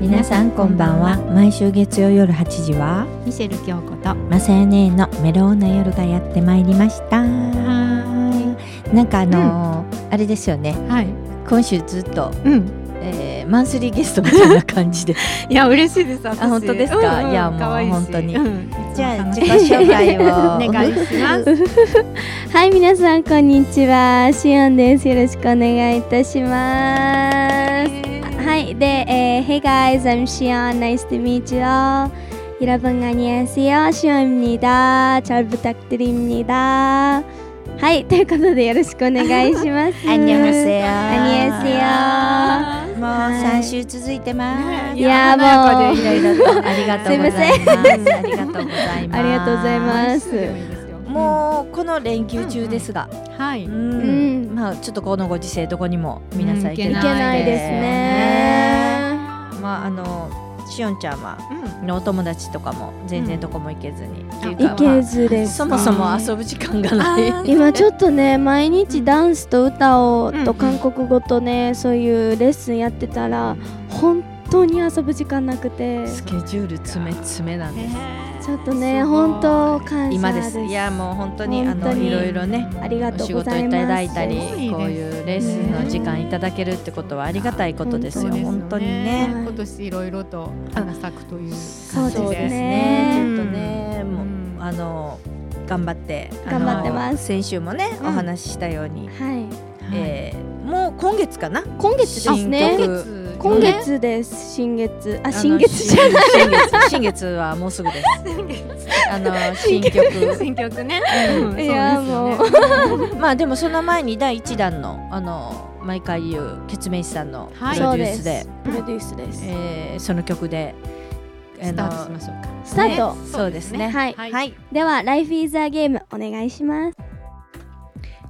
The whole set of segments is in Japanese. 皆さんこんばんは毎週月曜夜8時はミシェル京子とまさや姉のメローな夜がやってまいりましたなんかあのーあれですよねはい今週ずっと、うんえーマンスリーゲストみたいな感じでいや嬉しいです私あ本当ですかうんうんいやもう可愛し本当にうんじゃあい自つも己楽しい紹 介を お願いしますはい、皆さんこんにちは。シオンです。よろしくお願いいたします。はい、で、えー Hey guys, I'm Shion. Nice to meet you all. 여러분 안녕하세요. 시온입니다. 잘 부탁드립니다.はい、ということでよろしくお願いします。 アンニョンセヨ 안녕하세 あもう3週続いてます、ーいや華やかもうでいろいろとありがとうございますすいませんありがとうございますありがとうございますいいですよもうこの連休中ですが、うんはいうんうんまあちょっとこのご時世どこにも皆さん行けうんいけない,、ないですね。まああのしおんちゃんはうんのお友達とかも全然どこも行けずに、っていういかけずまであす。そもそも遊ぶ時間がないあー今ちょっとね毎日ダンスと歌をうんうとん韓国語とねそういうレッスンやってたら本当に遊ぶ時間なく てスケジュール詰め詰めなんですちょっとねすごい本当感謝今ですいやもう本当にあの本当にいろいろねありがとおう仕ご事ざいいますただいたりすごいねこういうレースの時間いただけるってことはありがたいことですよ、ね本当にねはい今年いろいろと花咲くというそ感うじでそですねうですねちょっとね、もううんあの頑張ってあの頑張ってます先週もね、うんお話ししたように、はいえーもう今月かな今月です新ね曲今月です新月ああの新月じゃ新新月新月はもうすぐです あ の新曲新曲ね。いやもうそうですよねまあでもその前に第一弾のあの毎回言うケツメイシさんのプはいロそうデュースですで,、プロデュースですえーその曲でスタートしまししょうか。スタートねそうですねはいはいはいでは Life is a game お願いします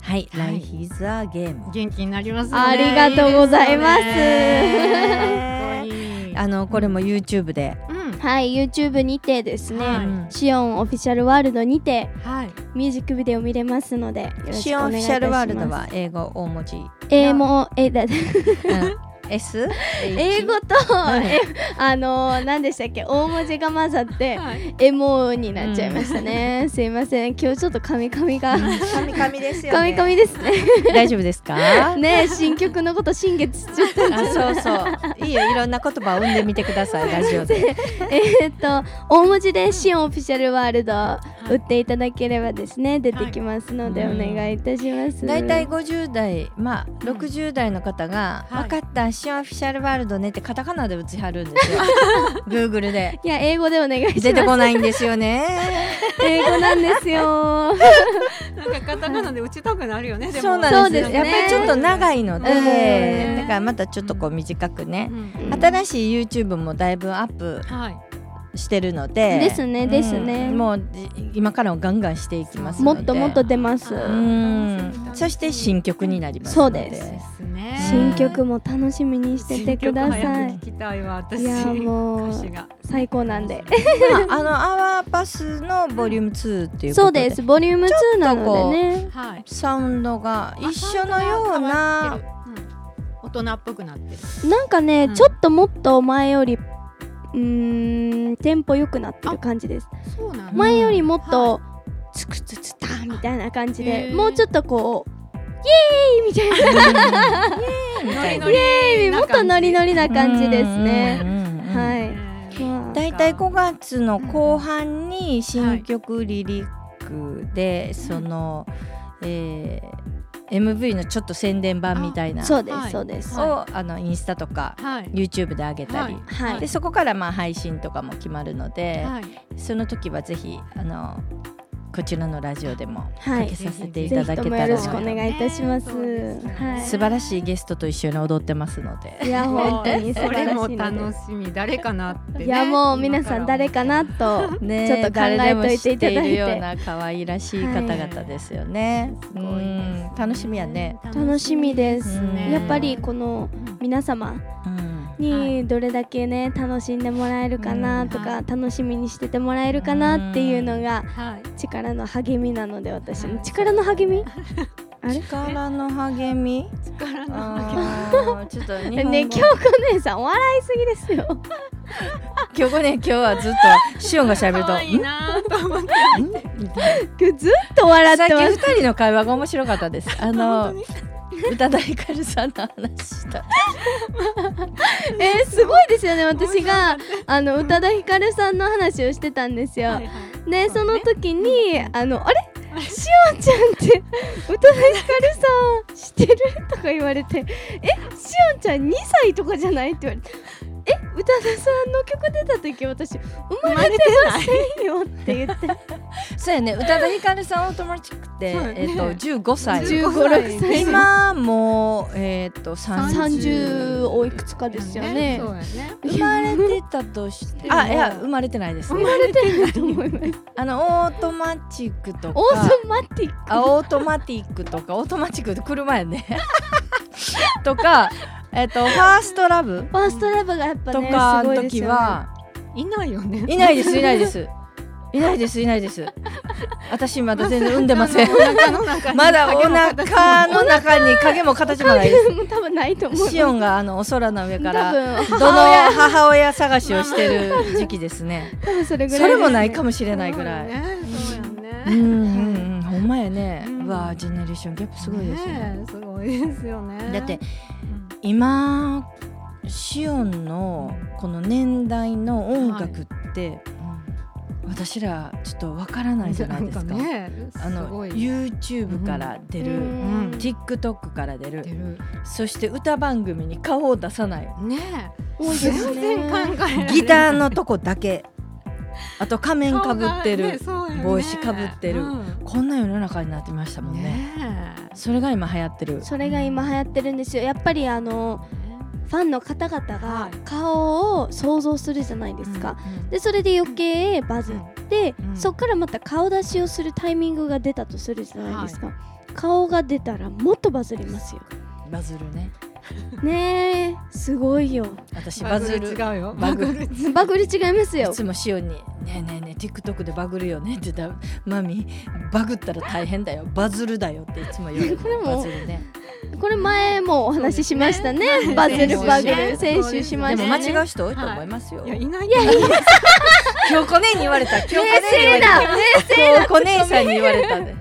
はい「はい Life is a Game」元気になりますね。ありがとうございますいいですねかっあのこれも YouTube で、こいい うんはい YouTube にてですね、はいうんシオンオフィシャルワールドにてはい。ミュージックビデオ見れますのでよろしシくおオンオフ願いィいシャルワたールしドまはす英語大文字、うん、英語えだ S 英語と、え あのー何でしたっけ大文字が混ざってはい。エモになっちゃいましたね、すいません今日ちょっとカミカミがカミカミですカミカミですね大丈夫です かね新曲のこと新月ちょ っとあそうそういいよいろんな言葉を生んでみてくださ いラジオでえーっと大文字でシオンオフィシャルワールド打っていただければですね出てきますのではおい願いいたします、だいたい50代まあ60代の方が「は分いかったシオンオフィシャルワールドね」ってカタカナで打ちはるんです よ Google でいや英語でお願いしま す出てこないんですよね英語なんですなよんかカタカナで打ちたくなるよね。もそうなんですそうですよねやっぱりちょっと長いのうんでだからまたちょっとこう短くねうん新しい YouTube もだいぶアップはい。してるのでですねうんですねもうじ今からもガンガンしていきますものでっともっと出ますうんそして新曲になりますのでそうですですね。 新曲も楽しみにしててくだ新曲さ早いく聞きたいわ私。いやもう歌詞が最高なんで。まああのアワーパスのボリューム2っていうこそうとでですボリューム2なのでねはい。サウンドが一緒のような。大人っぽくなってる。なんかね、うんちょっともっと前よりうーんテンポ良くなってる感じですそうなんだ前よりもっうんとつくつつたみたいな感じでへーもうちょっとこうイエーイみたいなみたいなノリノリイエーイもっとノリノリな感じですねうんうんうんはえい、ーまあだいたい5月の後半に新曲リリックでその、えー MV のちょっと宣伝版みたいなそうです、はいそうですはいをあのインスタとかはい。 YouTube で上げたり、はいはでいそこからまあ配信とかも決まるので、はい。その時はぜひあのこちらのラジオでもはかいけぜさせていただひけともたよら、ろしくお願いいたします、そうですねはい素晴らしいゲストと一緒に踊ってますの で。いや本当に素そ晴られしいのもで楽しみ誰かなってね。いやもう皆さん誰かなとねちょっと考えといていただ誰いてでも知っるような可愛らしい方々ですよね。今からも。すごいでうすん楽しみやね。。楽しみです、うんやっぱりこのうん皆様うんにどれだけね楽しんでもらえるかなとか、うん楽しみにしててもらえるかなっていうのがはい。力の励みなので私はのい力の励みあれ力の励み力のあーちょっと日本語 ね、京子姉さん笑いすぎですよ。 今日ね今日はずっとシオンが 喋ると可愛いんなと思ってんみたいずっと笑なっさってきま二す。人の会話が面白かったですあの本宇多田ヒカルさんの話したえーすごいですよね。私があの宇多田ヒカルさんの話をしてたんですよ。はいはいね、そそうねの時にあのあれしおんちゃんって宇多田ヒカルさん知ってるとか言われてえしおんちゃん2歳とかじゃないって言われてえ宇多田さんの曲出た時私生まれてませんよって言ってそうやね宇多田ヒカルさんお友達くて、そうやねえっと15歳15 15、6歳の今もうえっと30 30おいくつかですよねそうやね生まれてたとしてあいや生まれてないです生まれてると思いますあのオートマチックとかオーソマティックあオートマティックとかオートマチックって車やね とかえっとファーストラブファーストラブがやっぱとねかすごのいです時よね は、いないよねいないですいないですいないですいないです私まだ全然産んでませ んお腹の中 にまだお腹の中に影も形もないでもう多分ないと思 すうシオンがあのお空の上多から分どの母親探しをしてる時期です ね多分それぐらいですそれもないかもしじれないぐらいそうやねうんうんうんほんまやねうんうわージェネレーションギャップすごいですねねえすごいですよねだってうん今シオンのこの年代の音楽って、私らちょっとわからないじゃないですか。んねあすごのい YouTube から出る、ううんん TikTok から出る出るそして歌番組に顔を出さないね多いですね全然考えられない ギターのとこだけあと仮面かぶってる、顔がね帽子かぶってるそうやねこんな世の中になってましたうもんんねねそれが今流行ってるそれが今流行ってるんですよやっぱりあのファンの方々はいが顔を想像するじゃないですか、うんでそれで余計バズって、うんそっからまた顔出しをするタイミングが出たとするじゃないですか、顔が出たらもっとバズりますよバズるねねえすごいよ私バズ違るうよバグるバグり違いますいよつもシオンに「ねえねえねえ TikTok でバグるよね」って言ったら「マミバグったら大変だよバズるだよ」っていつも言われこれるもバズるねこれ前もお話ししましたねそうですねバズるバグはるい先週しまでしもた間ね違う人多いと思いますよ、いやいないいやい京子姉に言われた京子姉に言われだた京子姉さんに言われたね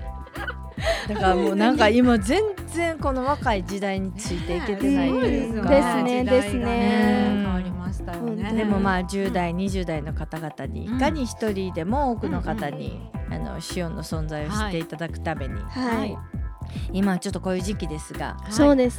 だからもうなんか今全然この若い時代についていけてないというか、ねすごいですねですね変わりましたよ本ね当でもまあ10代20代の方々にいかに一人でも多くの方に、あのシオンの存在を知っていただくために、はい、はい今はちょっとこういう時期ですが、はいそうです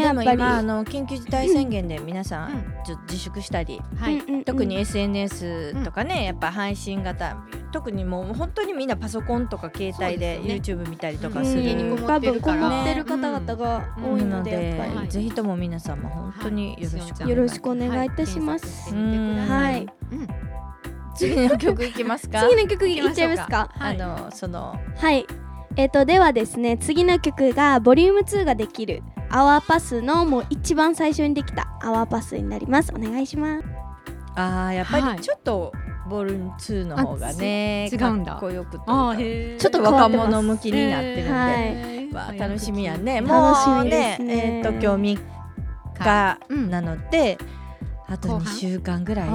まやあっでもぱり、今あの緊急事態宣言で皆さうんんちょっと自粛したり、はいうんうんうん特に SNS とかね、やっぱ配信型特にもう本当にみんなパソコンとか携帯でそうですよ YouTube 見たりとまかあす家るにこもってるから多分こもってる方々がうん多いのので、で、やっぱはいぜひとも皆様本当によろしくお願いよろしくお願いいたしまはす検索してみてくださいうん次の曲いきますか次の曲いっちゃい行きまますしょうかかあはいのそのはいえっ、とではですね次の曲がボリューム2ができるアワーパスのもう一番最初にできたアワーパスになりますお願いしますあーやっぱはりいちょっとボルン2の方がねあつ違うんだかっこよくとあいうかへちょっと変わ若ってます者向きになってるんで、はいわあ楽しみやね。楽もしうねみですえねっ、と今日3日なので、あと後2半週間ぐらい後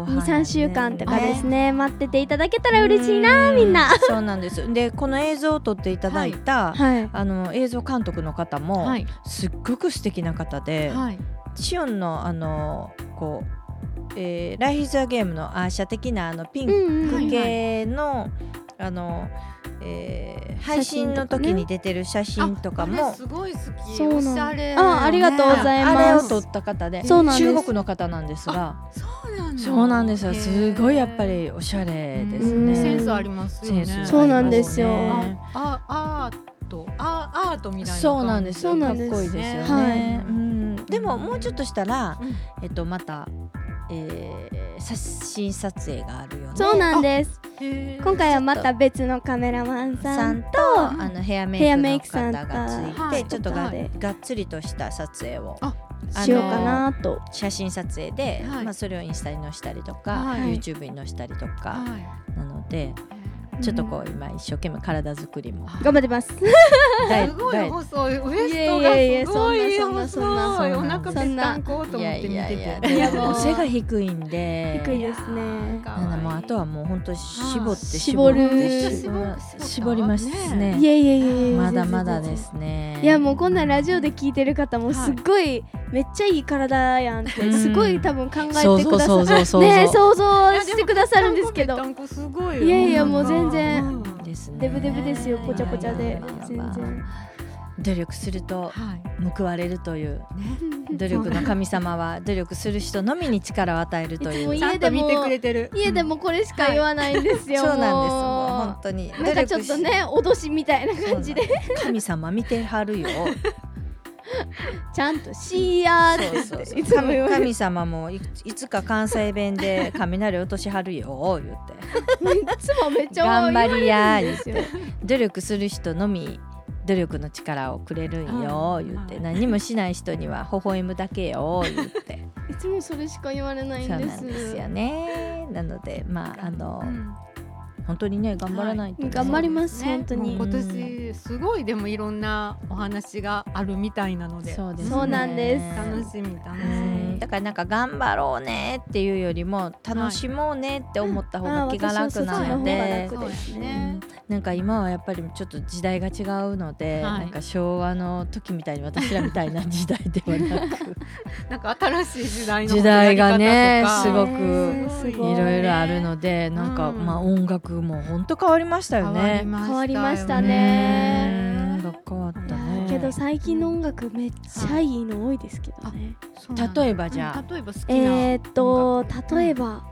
は半、 23週間とかですね待ってていただけたら嬉しいなうみんなそうなんです。でこの映像を撮っていただいた、はいあの映像監督の方も、いすっごく素敵な方で、はいシオンのあのこう、えーライフイズアゲームのアーシャ的なあのピンうクんうん、はい系の、あの、えー配信の時に出てる写真とかああもれすごい好きそうなおのしゃれあありがとうございますあれを撮った方でそうなんです中国の方なんですがすそうなんだそうなんですよへえすごいやっぱりおしゃれですうねんセンスありますよねセンスそうなんですよありますねああアートあアートみたいな感じそうなんですそうなんですかっこいいですよね、はいうん、でももうちょっとしたら、うんえっと、また、えー、写真撮影があるよねそうなんですへえ今回はまた別のカメラマンささんんとと、んあのヘアヘアメメイイククさのん方がついて、とはいちょっとが,、はいがっつりとした撮影をああのしようかなと写真撮影で、はいまあ、それをインスタに載せたりとか、はい YouTube に載せたりとか、はいなのでちょっとこう今一生懸命体作りも頑張ってます。ダイエすットごダイエッい細いウエいストがやいやいやすごいそんなそんな細いそおんな腹ぺったんことト思って見てでていやもうもう背が低いんで低いですね。かなのわでいいもうあとはもう本当絞って絞る絞って絞る絞りますねいやいやいやいや。まだまだですねいやもうこんなラジオで聞いてる方もすっごいめっちゃいい体やんってすごい多分考えてくださ想像想像想像ね想像してくださるんですけどぺったんこすごいよいやいやもう全然うんですねデブデブですよぽちゃぽちゃで全然努力するとはい報われるというね努力の神様は努力する人のみに力を与えるといいつうもちゃんと見てくれてる家でもこれしか言わないんですよそうなんですもうも本当にうなんかちょっとね脅しみたいな感じでそうなんです神様見ては るよちゃんと「シーヤそうそー」うってそういつも神言われる神様もいいつか関西弁で雷落としはるよ言っていつもめっちゃ言われるんですよ努力する人のみ努力の力をくれるんよ言ってはい何もしない人には微笑むだけよ言っていつもそれしか言われ ないそんうでなすんですよねなのでまああの、うん本当にね頑張らないとね、頑張りますそう本当ですねにもう今年すごいでもいろんなお話があるみたいなのでそうですねそうなんです楽しみ楽しうんみだからなんか頑張ろうねっていうよりも楽しもうねって思った方あが気が楽なので私はそっちの方が楽ですねなんか今はやっぱりちょっと時代が違うので、はいなんか昭和の時みたいに私らみたいな時代ではなくなんか新しい時代の時代がねすいごくねすごいすいごろいろあるのでなんか、うんまあ音楽も本当変わりましたよね。変わりましたうねん音楽変わったね。けど最近の音楽めっちゃいいの多いですけどね。例えばじゃあうん例えば好きなえーっと音例えば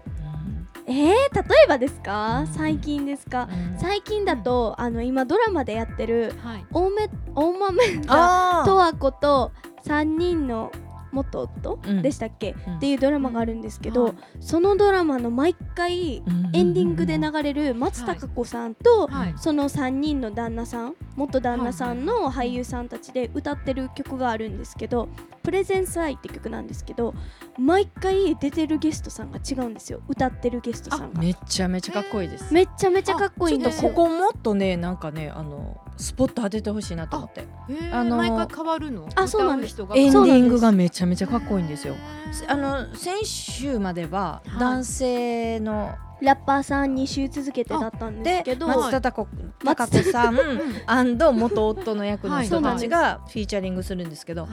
えー、例えばですか最近ですかうん最近だとあの今ドラマでやってるはい大め大豆田あーとわ子と3人の元夫うんでしたっけ、うんっていうドラマがあるんですけど、はいそのドラマの毎回うんエンディングで流れる松たか子さんと、はいその3人の旦那さん元旦那さんの俳優さんたちで歌ってる曲があるんですけど「プレゼンス・アイ」って曲なんですけど毎回出てるゲストさんが違うんですよ歌ってるゲストさんが。めちゃめちゃかっこいいです。めっちゃめちゃかっこいいんちょでっとすこよ。こもっとねなんかねあのスポット当ててほしいなと思ってへーあの毎回変わるのあそうなんです歌う人がエンデそうなんィでンすグがめちゃめちゃかっこいいんですよへーあの先週までははい男性のラッパーさん2週続けてだったんですでけど松田孝子孝子さんうんアンド元夫の役の人たちがフィーチャリングするんですけどはい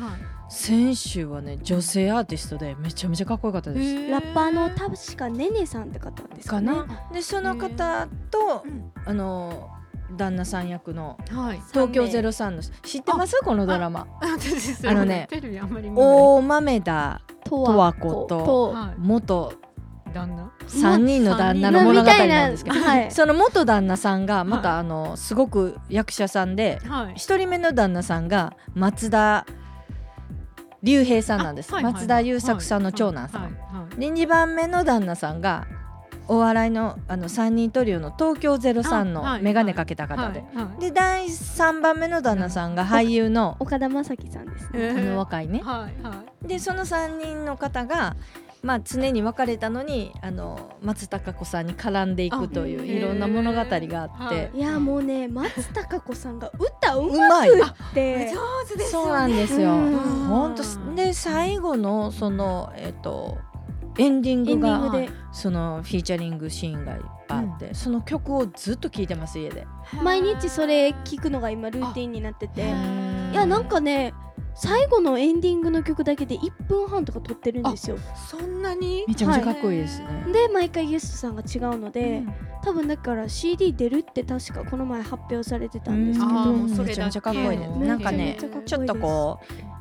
先週はね女性アーティストでめちゃめちゃかっこよかったでラッパーの確かねねさんって方ですす。かかね。なでその方とうんあの旦那さん役のはい 東京03の知ってますこのドラマああのねテレビあんまり見ない大豆田ととわことは元い旦那3人の旦那のま物語なんですけど、みたいなはいその元旦那さんがまたあのすごく役者さんではい1人目の旦那さんが松田龍平さんなんです、あはいはい松田優作さんの長男さん、はいはいはいで2番目の旦那さんがお笑いのあの3人トリオの東京03あはのい眼鏡かけた方で、はいはいで第3番目の旦那さんが俳優の岡田将生さんですね。あえーの若いねはいはいでその3人の方が、まあ、常に別れたのにあの松たか子さんに絡んでいくといあうへーいろんな物語があっはいて、いやもうね松たか子さんが歌ううままいくって上手ですそうよなんねですよ。うん本当で最後のそのえっ、とエンディンエグンデがィングでそのフィーチャリングシーンがいっぱいあって、その曲をずっと聴いてます家で。毎日それ聞くのが今ルーティンになっててあいやなんかね最後のエンディングの曲だけで1分半とか撮ってるんですよそんなにめちゃめちゃかっこいいですね。で毎回ゲストさんが違うので、うん多分だから CD 出るって確かこの前発表されてたんですけうんあーどもうそれだけめちゃめちゃかっこいいね。めちゃめちゃなんかねかっこいいでちすょっとこ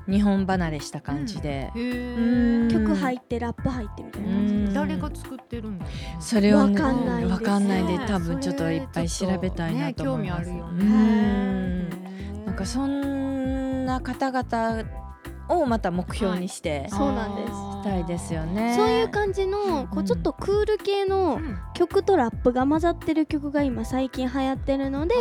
う日本離れした感じで、へーうん曲入ってラップ入ってみたいな感じうん誰が作ってるんだろうねそれをねわかんないですわかんないでね多分ちょっといっぱい調べたいなと思います。それちょっとうね興味あるよんねなんかそんな方々をまた目標にしてそうなんですしたいですよね。そういう感じのこうちょっとクール系の曲とラップが混ざってる曲が今最近流行ってるので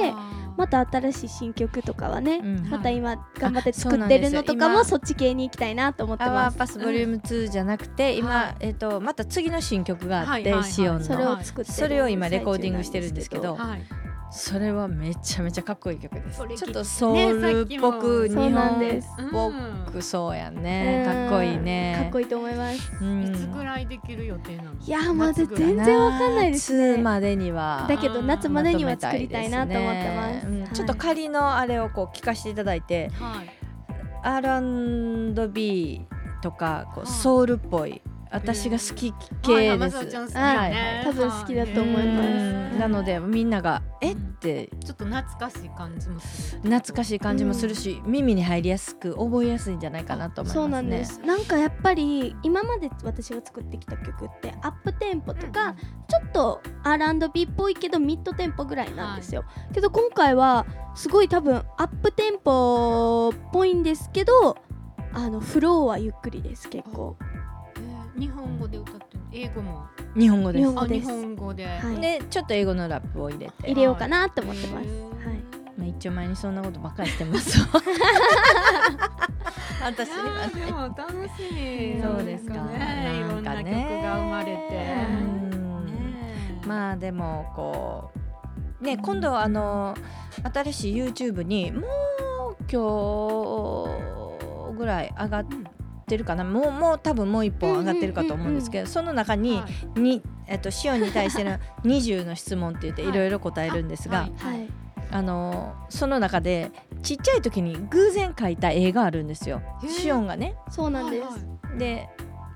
またた新しい新曲とかはね、うんまた今頑張ってそう作なっんてでするのとかもそっち系に行きたいなと思ってアワまーす。パスボリューム2じゃなくて、は今い、えっとまた次の新曲があって、はいはいはいシオンのそれを作ってるそれを今レコーディングしてるんですけどははいそれはめちゃめちゃかっこいい曲です。それ聞いちてょっとソウルっぽく、ね日さっきもそうなん本でっすぽくそうやね。かっこいいね。かっこいいと思います。ううんんいつぐらいできる予定なのいやまだ夏ぐらい全然わかんないですね夏までには。だけどあー夏までには作まりとめたいですなと思ってまねす。うんはいちょっと仮のあれをこう聞かせていただいて、はい、 R&B とかこはういソウルっぽい、私が好きはい系浜です。沢ちゃん好きよはいね多分好きだと思いまうすんなのでみんながえっうんてちょっと懐かしい感じもする懐かいしい感じもするし、耳に入りやすく覚えやすいんじゃないかなと思いますね。そうなんです。なんかやっぱり今まで私が作ってきた曲ってアップテンポとか、ちょっと R&B っぽいけどミッドテンポぐらいなんですよ、けど今回はすごい多分アップテンポっぽいんですけどあのフローはゆっくりです結構えー日本語で歌ってる英語も日本語です日。本語あで日す本語で、はいでちょっと英語のラップを入れて、入れようかなと思ってまへす、はーいまあ、一応前にそんなことばっかりしてます わ。私いやーでも楽しみそうですかなんねいなろんんかなね曲が生まれてうんねえまあでもこうね今度あの新しい YouTube にもう今日ぐらい上がってるかなもうもう多分もう一本上がってるかと思うんですけどその中にはいに、えっと、シオンに対しての20の質問って言ってはいいろいろ答えるんですが、はいはいあのその中でちっちゃい時に偶然描いた絵があるんですよへ。ーシオンがねそうなんです、はいはいで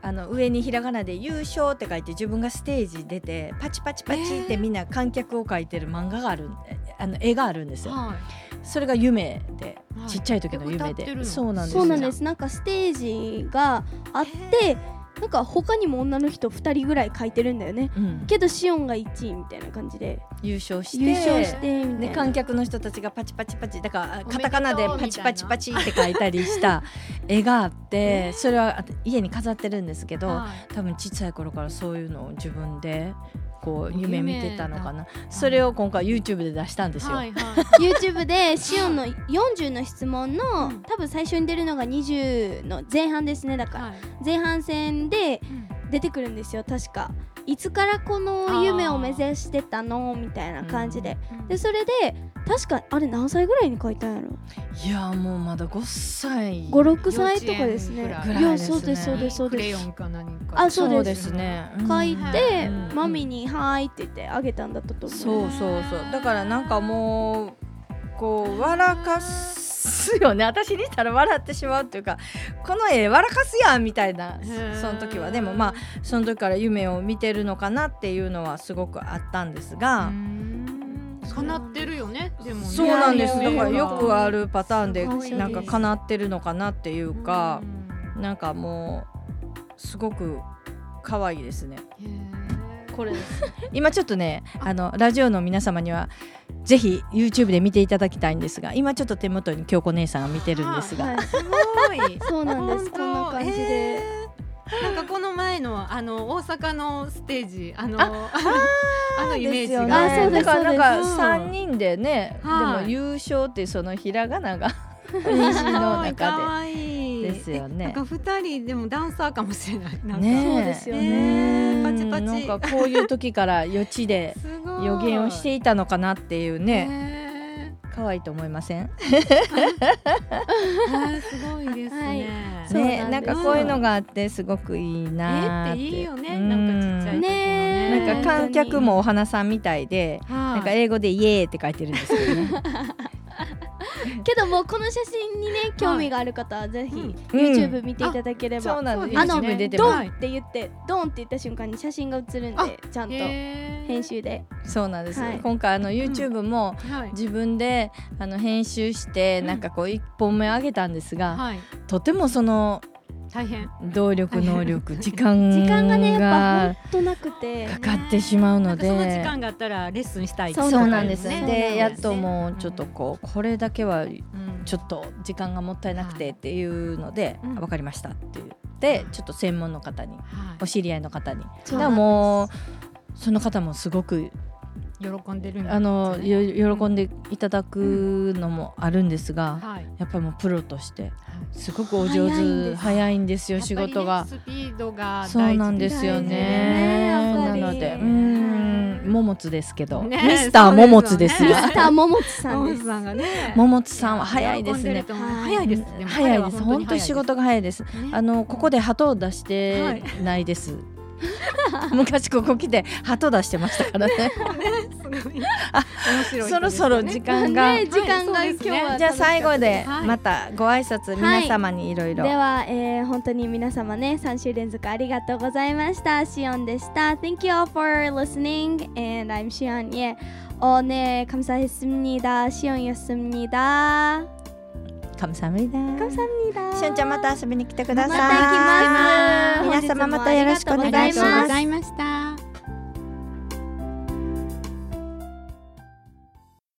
あの上にひらがなで「優勝」って書いて自分がステージ出てパチパチパチってみんな観客を描いてる漫画があるんあの絵があるんですよ。はいそれが夢ではいちっちゃい時の夢え歌ってるでのそうなんですそうよなんですなんかステージがあってなんか他にも女の人2人ぐらい書いてるんだよねうんけどシオンが1位みたいな感じで優勝して優勝してみたでいな観客の人たちがパチパチパチだからおめでとうカタカナでパチパチパチって書いたりした絵があってそれはあと家に飾ってるんですけどはい多分ちっちゃい頃からそういうのを自分でこう夢見てたのかなそれを今回 YouTube で出したんですよ。はいはい YouTube でシオンの40の質問の、うん多分最初に出るのが20の前半ですねだから、はい前半戦でうん出てくるんですよ確かいつからこの夢を目指してたのみたいな感じで、 うんでそれで確かあれ何歳ぐらいに書いたんやろいやーもうまだ5歳56歳とかですね幼稚園ぐらいいやそうですそうですそうクレでヨすンか何かあそそううでですすね書いて、うんマミに「はーい」って言ってあげたんだったと思うそうそうそうだからなんかもうこう笑かすよね私にしたら笑ってしまうっていうかこの絵笑かすやんみたいなへーその時はでもまあその時から夢を見てるのかなっていうのはすごくあったんですうーが、ん叶ってるよねでもねそうなんですいだやいやいかやらよくあるパターンですごいなんか叶ってるのかなっていうかう、んなんかもうすごく可愛いですね。へーこれです。 今ちょっとね、あのラジオの皆様にはぜひ YouTube で見ていただきたいんですが、今ちょっと手元に京子姉さんが見てるんですが、はい、すごいそうなんで本す当こんな感じへで、ーなんかこの前のあの大阪のステージあの あのイメージよねがあそうですだからなんかそうです三人でね、はいでも優勝ってそのひらがなが虹の中可愛いでですよなんね。か二人でもダンサーかもしれないなんかねえそうですよねうんパチパチなんかこういう時から予知ですごい予言をしていたのかなっていうね、ね可愛いと思いません？はいすごいですねそうね、ななんんかですこういうのがあってすごくいいなーえっていいよねうなんかちっちゃいねえねなんか観客もお花さんみたいで、はないんか英語でイエーって書いてるんですけど ね。けどもうこの写真にね興味がある方はぜひうん YouTube 見ていただければ、そうなんです。あの YouTube に出てドまンって言って、ドンって言った瞬間に写真が写るんあでちゃんとへー編集で、す。そうなんです。はい今回あの YouTube もはい自分であの編集してうんなんかこう一本目上げたんですが、はいとてもその大変動力能力時間時間がねやっがぱほんとなくてかかってしまうので。なんかその時間があったらレッスンしたいそうそうなんです。そうなんですで、ねやっともうちょっとこうこれだけはちょっと時間がもったいなくはていっていうので、うん分かりましたって言ってちょっと専門の方にお知り合いの方にそうだからもうその方もすごくと喜んでるんですねあのよ喜んでいただくのもあるんですが、はいやっぱりもうプロとしてはいすごくお上手早いんです早いんですよ仕事やっがぱりねスピードが大事そうなんですよね大事だよねやっぱなりのでうんも桃津ですけど、ねミスター桃津ですそうよですよねター桃津さんモでンす。さんがね。桃津さんは早いです喜んるねと思う早いです。も早い彼はです本当に仕事が早いです早いです。あねのここで鳩を出してないです、 昔ここ来て鳩出してましたからねすごい面白い人ですよね。そろそろ時間が、ね、時間がはい今日は楽しかったです、じゃあ最後ではいまたご挨拶はい皆様にいろいでろは、えー、本当に皆様ね3週連続ありがとうございましたシオンでした Thank you all for listening and I'm 시온 예おね감사했습니다シオン였습니다 감사합니다 감사합니다 しゅんちゃんまた遊びに来てくださまいた来ます皆様またよろしくお願いし本日もありがとうございまますありがとうすございました。